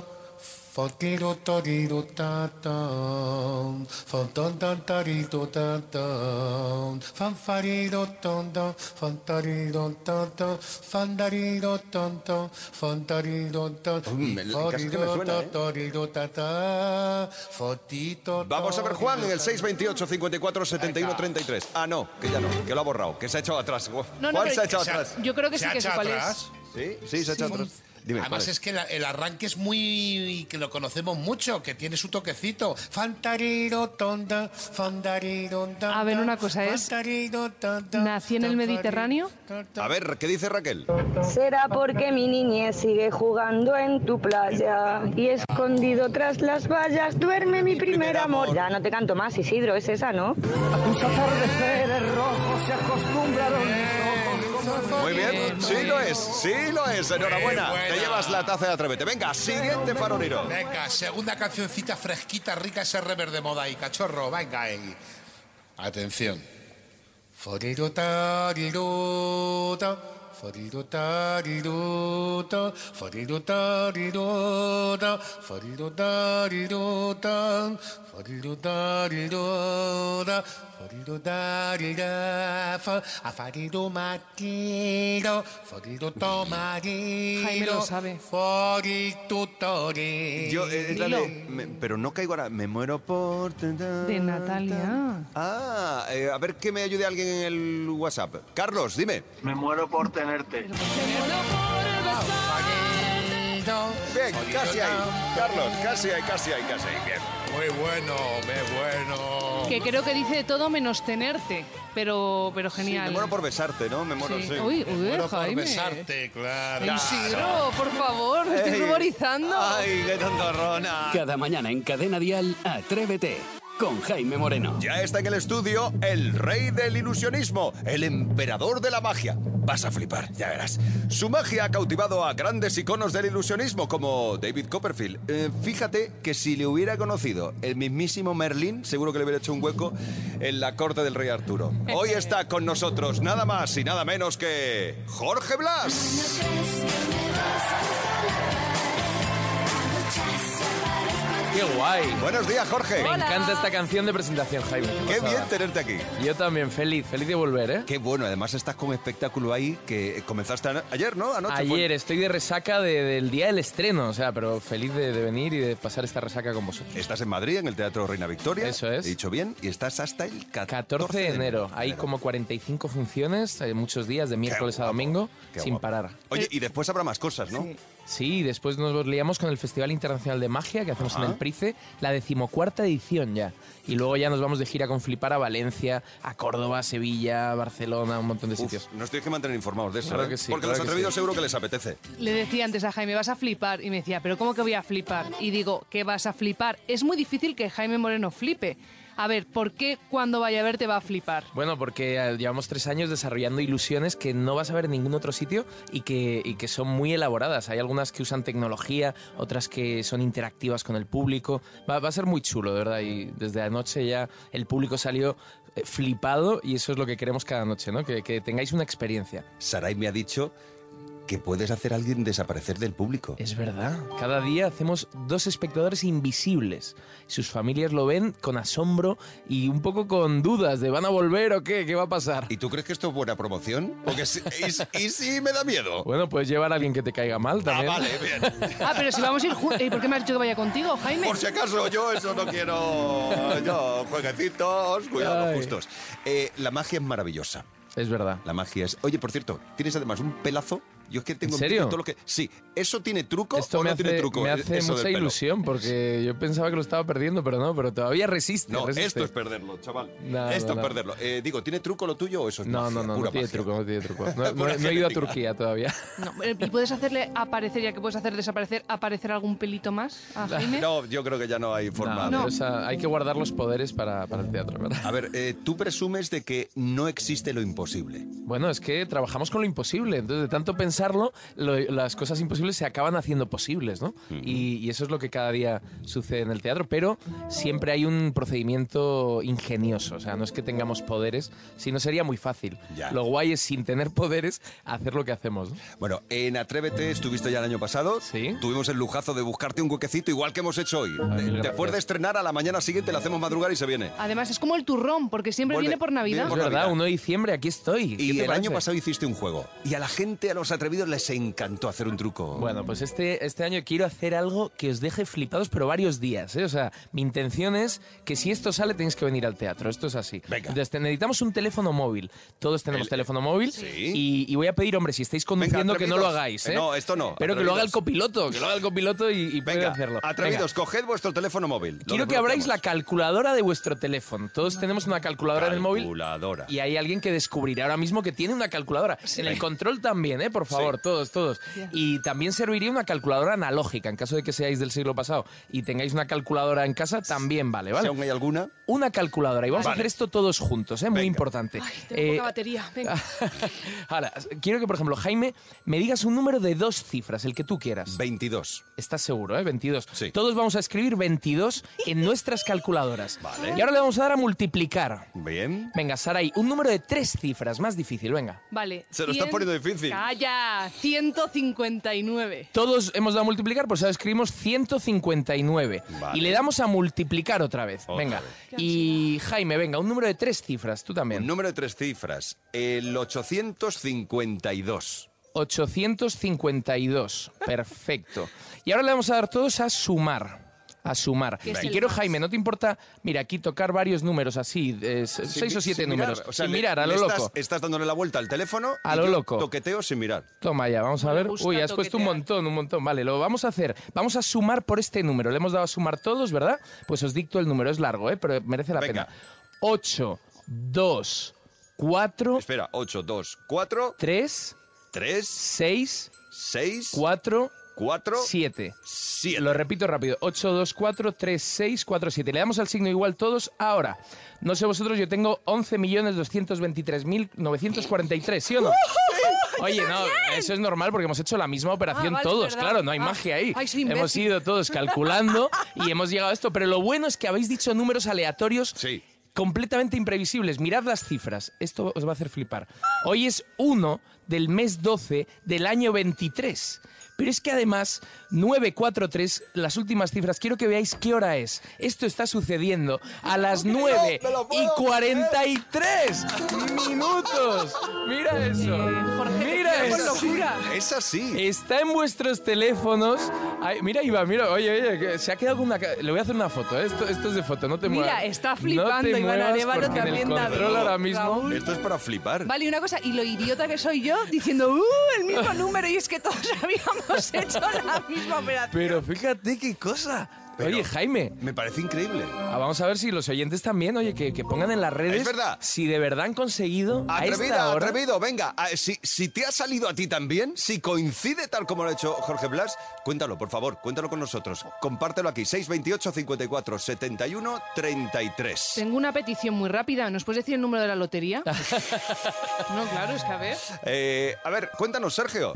[SPEAKER 7] fotiro toriro ta ta, fantantarito ta ta, fanfarino tondo, fantarino ta ta, fandarino tondo, fantarino ta ta,
[SPEAKER 2] casi que me suena, ¿eh?
[SPEAKER 7] toriro ta ta, fotito.
[SPEAKER 2] Vamos a ver, Juan, en el 628 54 71
[SPEAKER 7] Venga.
[SPEAKER 2] 33. Ah, no, que ya no, que lo ha borrado, que se ha echado atrás. Juan
[SPEAKER 7] No, no,
[SPEAKER 2] Juan
[SPEAKER 7] pero-
[SPEAKER 2] se ha echado
[SPEAKER 7] Se ha-
[SPEAKER 2] atrás.
[SPEAKER 3] Yo creo que
[SPEAKER 7] ¿Se
[SPEAKER 3] sí
[SPEAKER 7] ha
[SPEAKER 3] que sé
[SPEAKER 7] echado
[SPEAKER 3] cuál
[SPEAKER 7] atrás?
[SPEAKER 3] es.
[SPEAKER 2] Sí, sí, se ha echado atrás. Dime,
[SPEAKER 7] Además
[SPEAKER 2] ¿cuál
[SPEAKER 7] es que la- el arranque es muy... que lo conocemos mucho, que tiene su toquecito. Fantariro tonda, fandariro tonda.
[SPEAKER 3] A ver, una cosa es, ¿nací en el Mediterráneo?
[SPEAKER 2] A ver, ¿qué dice Raquel?
[SPEAKER 10] Será porque mi niñez sigue jugando en tu playa y escondido tras las vallas duerme mi primer amor. Ya no te canto más, Isidro, es esa, ¿no?
[SPEAKER 19] Tus atardeceres rojos se acostumbraron mis ojos
[SPEAKER 2] Muy bien, sí lo es, sí lo es. Enhorabuena,
[SPEAKER 7] Muy buena.
[SPEAKER 2] te llevas la taza de Atrévete. Venga, siguiente farolero.
[SPEAKER 7] Venga, segunda cancioncita fresquita, rica ese rever de moda y cachorro. Venga, ahí. Atención. Foriru, tariru, ta. Foriru, tariru, ta. Foriru, tariru, ta. Foriru, tariru, ta. Foriru, tariru, ta. Foriru, tarira, fa. Afariru, matiro. Foriru, tomariro.
[SPEAKER 3] Jaime lo sabe.
[SPEAKER 7] Foriru, tori.
[SPEAKER 2] Yo, eh, es la de- me- pero no caigo ahora. Me muero por.
[SPEAKER 3] De Natalia.
[SPEAKER 2] Ah, eh, a ver que me ayude alguien en el WhatsApp. Carlos, dime. Me muero por tenerte.
[SPEAKER 3] pues,
[SPEAKER 2] Bien, casi ahí. Carlos, casi ahí, casi ahí, casi ahí. Bien.
[SPEAKER 7] Muy bueno, muy bueno.
[SPEAKER 3] Que creo que dice de todo menos tenerte. Pero, pero
[SPEAKER 2] Sí,
[SPEAKER 3] genial.
[SPEAKER 2] me muero por besarte, ¿no? Me muero,
[SPEAKER 3] Sí.
[SPEAKER 2] sí.
[SPEAKER 3] Uy, uy, Me muero por Jaime.
[SPEAKER 7] besarte, claro.
[SPEAKER 3] Isidro, por favor, me estoy
[SPEAKER 1] Ey.
[SPEAKER 3] ruborizando.
[SPEAKER 2] qué tontorrona!
[SPEAKER 1] Cada mañana en Cadena Dial, Atrévete con Jaime Moreno.
[SPEAKER 2] Ya está en el estudio el rey del ilusionismo, el emperador de la magia. Vas a flipar, ya verás. Su magia ha cautivado a grandes iconos del ilusionismo como David Copperfield. Eh, fíjate que si le hubiera conocido el mismísimo Merlín, seguro que le hubiera hecho un hueco en la corte del rey Arturo. Hoy está con nosotros nada más y nada menos que Jorge Blas.
[SPEAKER 20] ¡Qué guay!
[SPEAKER 2] Buenos días, Jorge.
[SPEAKER 20] Me encanta esta canción de presentación, Jaime.
[SPEAKER 2] Qué
[SPEAKER 20] pasada.
[SPEAKER 2] bien tenerte aquí.
[SPEAKER 20] Yo también, feliz, feliz de volver, ¿eh?
[SPEAKER 2] Qué bueno, además estás con espectáculo ahí que comenzaste a- ayer, ¿no? Anoche. fue.
[SPEAKER 20] Ayer estoy de resaca de- del día del estreno, o sea, pero feliz de, de venir y de pasar esta resaca con vosotros.
[SPEAKER 2] Estás en Madrid, en el Teatro Reina Victoria. Eso es. He dicho bien, y estás hasta el 14,
[SPEAKER 20] 14 de enero, hay como 45 funciones, eh, muchos días, de miércoles a domingo,
[SPEAKER 2] qué
[SPEAKER 20] sin
[SPEAKER 2] guapo.
[SPEAKER 20] parar.
[SPEAKER 2] Oye, y después habrá más cosas, ¿no?
[SPEAKER 20] Sí, y después nos liamos con el Festival Internacional de Magia que hacemos
[SPEAKER 2] Ah.
[SPEAKER 20] en el Price, la decimocuarta edición ya. Y luego ya nos vamos de gira con Flipar a Valencia, a Córdoba, Sevilla, Barcelona, un montón de sitios.
[SPEAKER 2] Nos tienes que mantener informados de eso.
[SPEAKER 20] Claro
[SPEAKER 2] ¿eh?
[SPEAKER 20] que sí,
[SPEAKER 2] Porque
[SPEAKER 20] claro
[SPEAKER 2] los
[SPEAKER 20] que
[SPEAKER 2] atrevidos
[SPEAKER 20] sí.
[SPEAKER 2] seguro que les apetece.
[SPEAKER 3] Le decía antes a Jaime, vas a flipar. Y me decía, ¿pero cómo que voy a flipar? Y digo, ¿qué vas a flipar? Es muy difícil que Jaime Moreno flipe. A ver, ¿por qué cuando vaya a verte va a flipar?
[SPEAKER 20] Bueno, porque eh, llevamos tres años desarrollando ilusiones que no vas a ver en ningún otro sitio y que, y que son muy elaboradas. Hay algunas que usan tecnología, otras que son interactivas con el público. Va, va a ser muy chulo, de verdad. Y desde anoche ya el público salió eh, flipado y eso es lo que queremos cada noche, ¿no? Que, que tengáis una experiencia.
[SPEAKER 2] Saray me ha dicho que puedes hacer a alguien desaparecer del público.
[SPEAKER 20] Es verdad. Cada día hacemos dos espectadores invisibles. Sus familias lo ven con asombro y un poco con dudas de ¿van a volver o qué? ¿Qué va a pasar?
[SPEAKER 2] ¿Y tú crees que esto es buena promoción? Porque si, y, y si me da miedo.
[SPEAKER 20] Bueno, puedes llevar a alguien que te caiga mal también.
[SPEAKER 2] vale, bien.
[SPEAKER 3] Ah, pero si vamos a ir juntos. ¿Y por qué me has dicho que vaya contigo, Jaime?
[SPEAKER 2] Por si acaso, yo eso no quiero. Yo, jueguecitos, cuidado,
[SPEAKER 20] Ay.
[SPEAKER 2] justos. Eh, la magia es maravillosa.
[SPEAKER 20] Es verdad.
[SPEAKER 2] La magia es. Oye, por cierto, tienes además un pelazo. Yo es que tengo
[SPEAKER 20] ¿En serio?
[SPEAKER 2] todo lo que. Sí, ¿eso tiene truco
[SPEAKER 20] Esto
[SPEAKER 2] o
[SPEAKER 20] me
[SPEAKER 2] no tiene
[SPEAKER 20] hace,
[SPEAKER 2] truco?
[SPEAKER 20] me
[SPEAKER 2] eh,
[SPEAKER 20] hace
[SPEAKER 2] eso del
[SPEAKER 20] mucha
[SPEAKER 2] pelo?
[SPEAKER 20] ilusión porque yo pensaba que lo estaba perdiendo, pero no, pero todavía resiste.
[SPEAKER 2] No,
[SPEAKER 20] resiste.
[SPEAKER 2] esto es perderlo, chaval.
[SPEAKER 20] No,
[SPEAKER 2] esto
[SPEAKER 20] no,
[SPEAKER 2] es
[SPEAKER 20] no.
[SPEAKER 2] perderlo. Eh, digo, ¿tiene truco lo tuyo o eso es
[SPEAKER 20] No,
[SPEAKER 2] magia,
[SPEAKER 20] no, no,
[SPEAKER 2] pura
[SPEAKER 20] no tiene
[SPEAKER 2] magia?
[SPEAKER 20] truco, no tiene truco. No, no-
[SPEAKER 2] Pura
[SPEAKER 20] no he ido a
[SPEAKER 2] genética.
[SPEAKER 20] Turquía todavía.
[SPEAKER 3] No, eh, ¿Y puedes hacerle aparecer, ya que puedes hacer desaparecer, aparecer algún pelito más a Jaime?
[SPEAKER 2] No, yo creo que ya no hay forma. de-
[SPEAKER 20] No, pero, o sea, hay que guardar los poderes para, para el teatro, ¿verdad?
[SPEAKER 2] A ver, eh, tú presumes de que no existe lo imposible.
[SPEAKER 20] Bueno, es que trabajamos con lo imposible, entonces de tanto pensarlo, lo- las cosas imposibles se acaban haciendo posibles, ¿no? y, y eso es lo que cada día sucede en el teatro, pero siempre hay un procedimiento ingenioso, o sea, no es que tengamos poderes, sino sería muy fácil.
[SPEAKER 2] Ya.
[SPEAKER 20] Lo guay es sin tener poderes hacer lo que hacemos. ¿no?
[SPEAKER 2] Bueno, en Atrévete estuviste ya el año pasado. Sí. Tuvimos el lujazo de buscarte un huequecito igual que hemos hecho hoy. De- Después de estrenar, a la mañana siguiente le hacemos madrugar y se viene.
[SPEAKER 3] Además, es como el turrón, porque siempre
[SPEAKER 2] Vuelve,
[SPEAKER 3] viene por Navidad.
[SPEAKER 2] viene por Es verdad, Navidad.
[SPEAKER 20] 1 de diciembre, aquí estoy. ¿Qué
[SPEAKER 2] Y
[SPEAKER 20] te
[SPEAKER 2] el año
[SPEAKER 20] parece?
[SPEAKER 2] pasado hiciste un juego. Y a la gente, a los atrevidos, les encantó hacer un truco.
[SPEAKER 20] Bueno, pues este, este año quiero hacer algo que os deje flipados, pero varios días. ¿eh? O sea, mi intención es que si esto sale, tenéis que venir al teatro. Esto es así. Entonces, te- necesitamos un teléfono móvil. Todos tenemos teléfono móvil. Y, y voy a pedir, hombre, si estáis conduciendo, que no lo
[SPEAKER 2] atrevidos.
[SPEAKER 20] hagáis.
[SPEAKER 2] Eh,
[SPEAKER 20] ¿eh?
[SPEAKER 2] no, esto no,
[SPEAKER 20] Pero que lo haga el
[SPEAKER 2] atrevidos.
[SPEAKER 20] copiloto, que lo haga el copiloto y, y puede
[SPEAKER 2] Venga,
[SPEAKER 20] hacerlo. Venga.
[SPEAKER 2] atrevidos, coged vuestro teléfono móvil. Lo
[SPEAKER 20] Quiero que
[SPEAKER 2] desbloqueamos.
[SPEAKER 20] abráis la calculadora de vuestro teléfono. Todos tenemos una calculadora en el móvil.
[SPEAKER 2] Calculadora.
[SPEAKER 20] Y hay alguien que descubrirá ahora mismo que tiene una calculadora. En el control también, ¿eh? Por
[SPEAKER 2] Sí,
[SPEAKER 20] favor, todos, todos. Y también serviría una calculadora analógica, en caso de que seáis del siglo pasado y tengáis una calculadora en casa, también vale, ¿vale?
[SPEAKER 2] Si aún hay alguna.
[SPEAKER 20] Una calculadora. Y vamos a
[SPEAKER 2] Vale.
[SPEAKER 20] hacer esto todos juntos, ¿eh? Muy importante.
[SPEAKER 3] Tengo
[SPEAKER 20] Eh,
[SPEAKER 3] poca batería. Venga.
[SPEAKER 20] Ahora, quiero que, por ejemplo, Jaime, me digas un número de dos cifras, el que tú quieras.
[SPEAKER 2] 22.
[SPEAKER 20] Estás seguro, ¿eh? 22. Todos vamos a escribir 22 en nuestras calculadoras. Y ahora le vamos a dar a multiplicar.
[SPEAKER 2] Bien.
[SPEAKER 20] Venga, Saray, un número de tres cifras, más difícil, venga.
[SPEAKER 3] Vale.
[SPEAKER 20] Se lo estás
[SPEAKER 3] 100
[SPEAKER 20] poniendo difícil.
[SPEAKER 3] Calla, 159.
[SPEAKER 20] Todos hemos dado a multiplicar, pues ahora escribimos 159. Y le damos a multiplicar otra vez. venga. Y Jaime, venga, un número de tres cifras, tú también.
[SPEAKER 2] Un número de tres cifras. El 852.
[SPEAKER 20] 852. Perfecto. Y ahora le vamos a dar todos a sumar. A sumar.
[SPEAKER 2] ¿Qué es
[SPEAKER 20] Y
[SPEAKER 2] el
[SPEAKER 20] quiero,
[SPEAKER 2] más?
[SPEAKER 20] Jaime, ¿no te importa? Mira, aquí tocar varios números así, eh, s-
[SPEAKER 2] Sin
[SPEAKER 20] seis
[SPEAKER 2] mi-
[SPEAKER 20] o siete
[SPEAKER 2] sin
[SPEAKER 20] números.
[SPEAKER 2] mirar, o sea,
[SPEAKER 20] sin
[SPEAKER 2] le-
[SPEAKER 20] mirar, a
[SPEAKER 2] le
[SPEAKER 20] lo
[SPEAKER 2] estás-
[SPEAKER 20] loco.
[SPEAKER 2] Estás dándole la vuelta al teléfono.
[SPEAKER 20] A
[SPEAKER 2] y
[SPEAKER 20] lo
[SPEAKER 2] yo
[SPEAKER 20] loco.
[SPEAKER 2] Toqueteo sin mirar.
[SPEAKER 20] Toma ya, vamos a ver.
[SPEAKER 2] gusta
[SPEAKER 20] Uy, has puesto un
[SPEAKER 3] Ah,
[SPEAKER 20] montón, un montón. Vale, lo vamos a hacer. Vamos a sumar por este número. Le hemos dado a sumar todos, ¿verdad? Pues os dicto el número. Es largo, ¿eh? Pero merece la pena. 8, 2, 4.
[SPEAKER 2] Espera, 8, 2, 4.
[SPEAKER 20] 3.
[SPEAKER 2] 3.
[SPEAKER 20] 6.
[SPEAKER 2] 6.
[SPEAKER 20] 4.
[SPEAKER 2] 4.
[SPEAKER 20] 7.
[SPEAKER 2] 7.
[SPEAKER 20] Lo repito rápido. 8, 2, 4, 3, 6, 4, 7. Le damos al signo igual todos ahora. No sé vosotros, yo tengo 11.223.943, ¿sí o no? Oye, no, eso es normal porque hemos hecho la misma operación
[SPEAKER 3] Ah, vale,
[SPEAKER 20] todos,
[SPEAKER 3] es verdad.
[SPEAKER 20] claro, no hay
[SPEAKER 3] Ah,
[SPEAKER 20] magia ahí.
[SPEAKER 3] ay, soy imbécil.
[SPEAKER 20] hemos ido todos calculando y hemos llegado a esto, pero lo bueno es que habéis dicho números aleatorios completamente imprevisibles. Mirad las cifras, esto os va a hacer flipar. Hoy es 1 del mes 12 del año 23. Pero es que además, 943, las últimas cifras, quiero que veáis qué hora es. Esto está sucediendo a las 9
[SPEAKER 12] me lo puedo
[SPEAKER 20] y 43 minutos. Mira eso. Mira
[SPEAKER 12] te quedas
[SPEAKER 20] eso.
[SPEAKER 12] con locura.
[SPEAKER 2] Es así.
[SPEAKER 20] Está en vuestros teléfonos. Ay, mira, Iván, mira. Oye, oye, que se ha quedado con una. ca- Le voy a hacer una foto. ¿eh? Esto, esto es de foto, no te
[SPEAKER 3] Mira,
[SPEAKER 20] muevas.
[SPEAKER 3] está
[SPEAKER 20] No te
[SPEAKER 3] flipando, Iván
[SPEAKER 20] muevas
[SPEAKER 3] Arevalo
[SPEAKER 20] porque en el
[SPEAKER 3] también, David.
[SPEAKER 20] control ahora mismo.
[SPEAKER 2] Esto es para flipar.
[SPEAKER 3] Vale, y una cosa, y lo idiota que soy yo diciendo, ¡uh! El mismo número, y es que todos habíamos hecho la misma operación.
[SPEAKER 20] Pero fíjate qué cosa. oye, Jaime. Ah,
[SPEAKER 2] Me parece increíble.
[SPEAKER 20] vamos a ver si los oyentes también, oye, que, que pongan en las redes.
[SPEAKER 2] Es verdad.
[SPEAKER 20] Si de verdad han conseguido. a esta
[SPEAKER 2] Atrevida,
[SPEAKER 20] hora-
[SPEAKER 2] atrevido, venga. ah, Si, si te ha salido a ti también, si coincide tal como lo ha hecho Jorge Blas, cuéntalo, por favor, cuéntalo con nosotros. Compártelo aquí, 628 54 71 33.
[SPEAKER 3] Tengo una petición muy rápida. ¿Nos puedes decir el número de la lotería? no, claro, es que a ver.
[SPEAKER 2] Eh, a ver, cuéntanos, Sergio.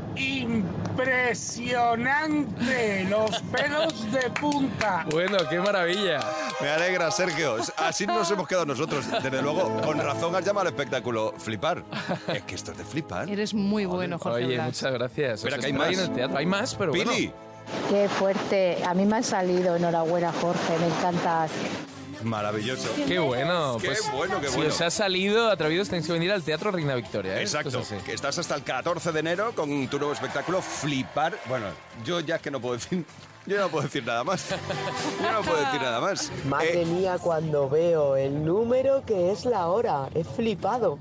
[SPEAKER 12] Impresionante, los pelos de punta.
[SPEAKER 20] Bueno, qué maravilla.
[SPEAKER 2] Me alegra, Sergio. Así nos hemos quedado nosotros. Desde luego, con razón has llamado al espectáculo flipar. Es que esto es de flipar.
[SPEAKER 3] Eres muy bueno, Jorge
[SPEAKER 20] Oye,
[SPEAKER 3] Blas.
[SPEAKER 20] muchas gracias.
[SPEAKER 2] Espera,
[SPEAKER 20] Os
[SPEAKER 2] que hay
[SPEAKER 20] espero ahí
[SPEAKER 2] más.
[SPEAKER 20] en el teatro. Hay más, pero bueno.
[SPEAKER 2] Pili.
[SPEAKER 10] Qué fuerte. A mí me ha salido. Enhorabuena, Jorge. Me encantas.
[SPEAKER 2] Maravilloso.
[SPEAKER 20] Qué bueno.
[SPEAKER 2] Qué
[SPEAKER 20] pues,
[SPEAKER 2] bueno, qué
[SPEAKER 20] Si
[SPEAKER 2] bueno.
[SPEAKER 20] os ha salido atrevidos, tenéis que venir al Teatro Reina Victoria. ¿eh?
[SPEAKER 2] Exacto,
[SPEAKER 20] Cosas así.
[SPEAKER 2] que estás hasta el 14 de enero con tu nuevo espectáculo Flipar. Bueno, yo ya es que no puedo decir, yo no puedo decir nada más. Yo no puedo decir nada más. Eh,
[SPEAKER 20] eh,
[SPEAKER 9] Madre mía, cuando veo el número que es la hora, he flipado.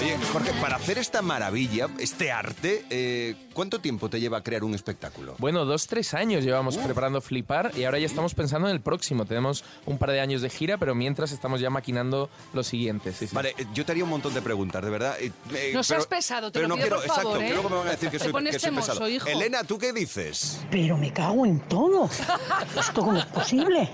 [SPEAKER 2] Oye, Jorge, para hacer esta maravilla, este arte, eh, ¿cuánto tiempo te lleva crear un espectáculo?
[SPEAKER 20] Bueno, dos, tres años llevamos preparando Flipar y ahora ya estamos pensando en el próximo. Tenemos un par de años de gira, pero mientras estamos ya maquinando lo siguiente. sí, sí.
[SPEAKER 2] Vale, eh, yo te haría un montón de preguntas, de verdad. eh, eh,
[SPEAKER 3] No seas
[SPEAKER 2] pero-
[SPEAKER 3] pesado, te
[SPEAKER 2] pero no
[SPEAKER 3] lo pido,
[SPEAKER 2] quiero,
[SPEAKER 3] por
[SPEAKER 2] exacto,
[SPEAKER 3] favor,
[SPEAKER 2] que
[SPEAKER 3] ¿eh?
[SPEAKER 2] luego me van a decir que
[SPEAKER 3] Te
[SPEAKER 2] soy,
[SPEAKER 3] pones
[SPEAKER 2] que soy
[SPEAKER 3] temoso,
[SPEAKER 2] pesado.
[SPEAKER 3] hijo.
[SPEAKER 2] Elena, ¿tú qué dices?
[SPEAKER 9] Pero me cago en todo. ¿Esto cómo es posible?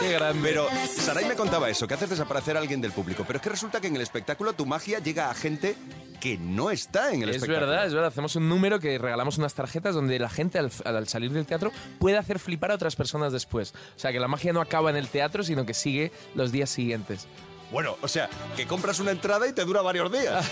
[SPEAKER 20] Qué grande.
[SPEAKER 2] Pero Saray me contaba eso, que haces desaparecer a alguien del público. Pero es que resulta que en el espectáculo tu magia llega a gente que no está en el
[SPEAKER 20] Es
[SPEAKER 2] espectáculo.
[SPEAKER 20] verdad, es verdad. Hacemos un número que regalamos unas tarjetas donde la gente al, al salir del teatro puede hacer flipar a otras personas después. O sea, que la magia no acaba en el teatro, sino que sigue los días siguientes.
[SPEAKER 2] Bueno, o sea, que compras una entrada y te dura varios días.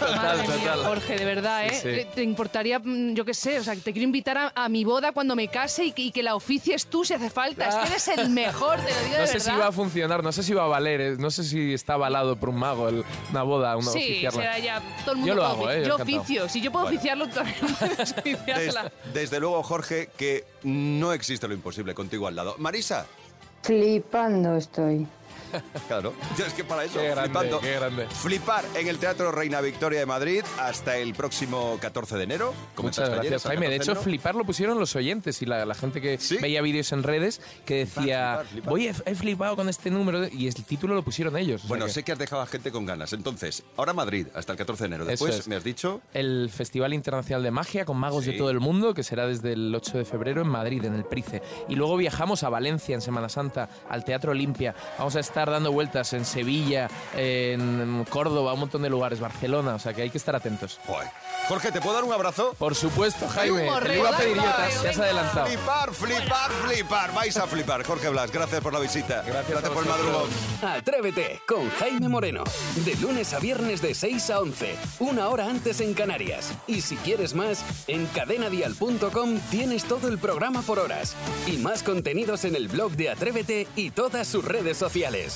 [SPEAKER 20] Total,
[SPEAKER 3] Madre mía, Jorge, de verdad, ¿eh?
[SPEAKER 2] Sí, sí.
[SPEAKER 3] ¿Te, te importaría, mm, yo qué sé, o sea, te quiero invitar a, a mi boda cuando me case y que, y que la oficies tú si hace falta. Es que eres el mejor, te lo digo
[SPEAKER 20] No
[SPEAKER 3] de
[SPEAKER 20] sé si
[SPEAKER 3] verdad.
[SPEAKER 20] va a funcionar, no sé si va a valer, eh, no sé si está avalado por un mago el- una boda, una
[SPEAKER 3] sí,
[SPEAKER 20] oficiarla.
[SPEAKER 3] será ya. Todo el mundo
[SPEAKER 20] Yo lo
[SPEAKER 3] puede
[SPEAKER 20] hago,
[SPEAKER 3] ofici-
[SPEAKER 20] ¿eh? Yo
[SPEAKER 3] Yo
[SPEAKER 20] encantado.
[SPEAKER 3] oficio. Si yo puedo
[SPEAKER 2] Vale.
[SPEAKER 3] oficiarlo, tú también puedes oficiarla.
[SPEAKER 2] Des- desde luego, Jorge, que no existe lo imposible contigo al lado. Marisa,
[SPEAKER 6] Flipando estoy.
[SPEAKER 2] Claro. Es que para eso,
[SPEAKER 20] Qué grande,
[SPEAKER 2] flipando.
[SPEAKER 20] qué grande.
[SPEAKER 2] Flipar en el Teatro Reina Victoria de Madrid hasta el próximo 14 de enero.
[SPEAKER 20] Muchas
[SPEAKER 2] Comenzas, Calleres,
[SPEAKER 20] gracias,
[SPEAKER 2] al
[SPEAKER 20] Jaime. De
[SPEAKER 2] 14
[SPEAKER 20] hecho,
[SPEAKER 2] enero.
[SPEAKER 20] flipar lo pusieron los oyentes y la, la gente que veía vídeos en redes que decía,
[SPEAKER 2] flipar, flipar.
[SPEAKER 20] voy, he, he flipado con este número y el título lo pusieron ellos. o sea
[SPEAKER 2] Bueno,
[SPEAKER 20] que-
[SPEAKER 2] sé que has dejado a gente con ganas. Entonces, ahora Madrid, hasta el 14 de enero. Después
[SPEAKER 20] Eso es.
[SPEAKER 2] me has dicho.
[SPEAKER 20] El Festival Internacional de Magia con magos
[SPEAKER 2] Sí.
[SPEAKER 20] de todo el mundo, que será desde el 8 de febrero en Madrid, en el Price. Y luego viajamos a Valencia en Semana Santa, al Teatro Olimpia. Vamos a estar dando vueltas en Sevilla, en Córdoba, un montón de lugares, Barcelona, o sea que hay que estar atentos.
[SPEAKER 2] Jorge, ¿te puedo dar un abrazo?
[SPEAKER 20] Por supuesto, Jaime.
[SPEAKER 2] Hay un
[SPEAKER 20] Te lo iba a pedir yo,
[SPEAKER 2] borrego,
[SPEAKER 20] te has- te has adelantado.
[SPEAKER 2] Flipar, flipar, flipar. Vais a flipar. Jorge Blas, gracias por la visita. Gracias, por el madrugón.
[SPEAKER 1] Atrévete con Jaime Moreno. De lunes a viernes de 6 a 11. Una hora antes en Canarias. Y si quieres más, en cadenadial.com tienes todo el programa por horas. Y más contenidos en el blog de Atrévete y todas sus redes sociales.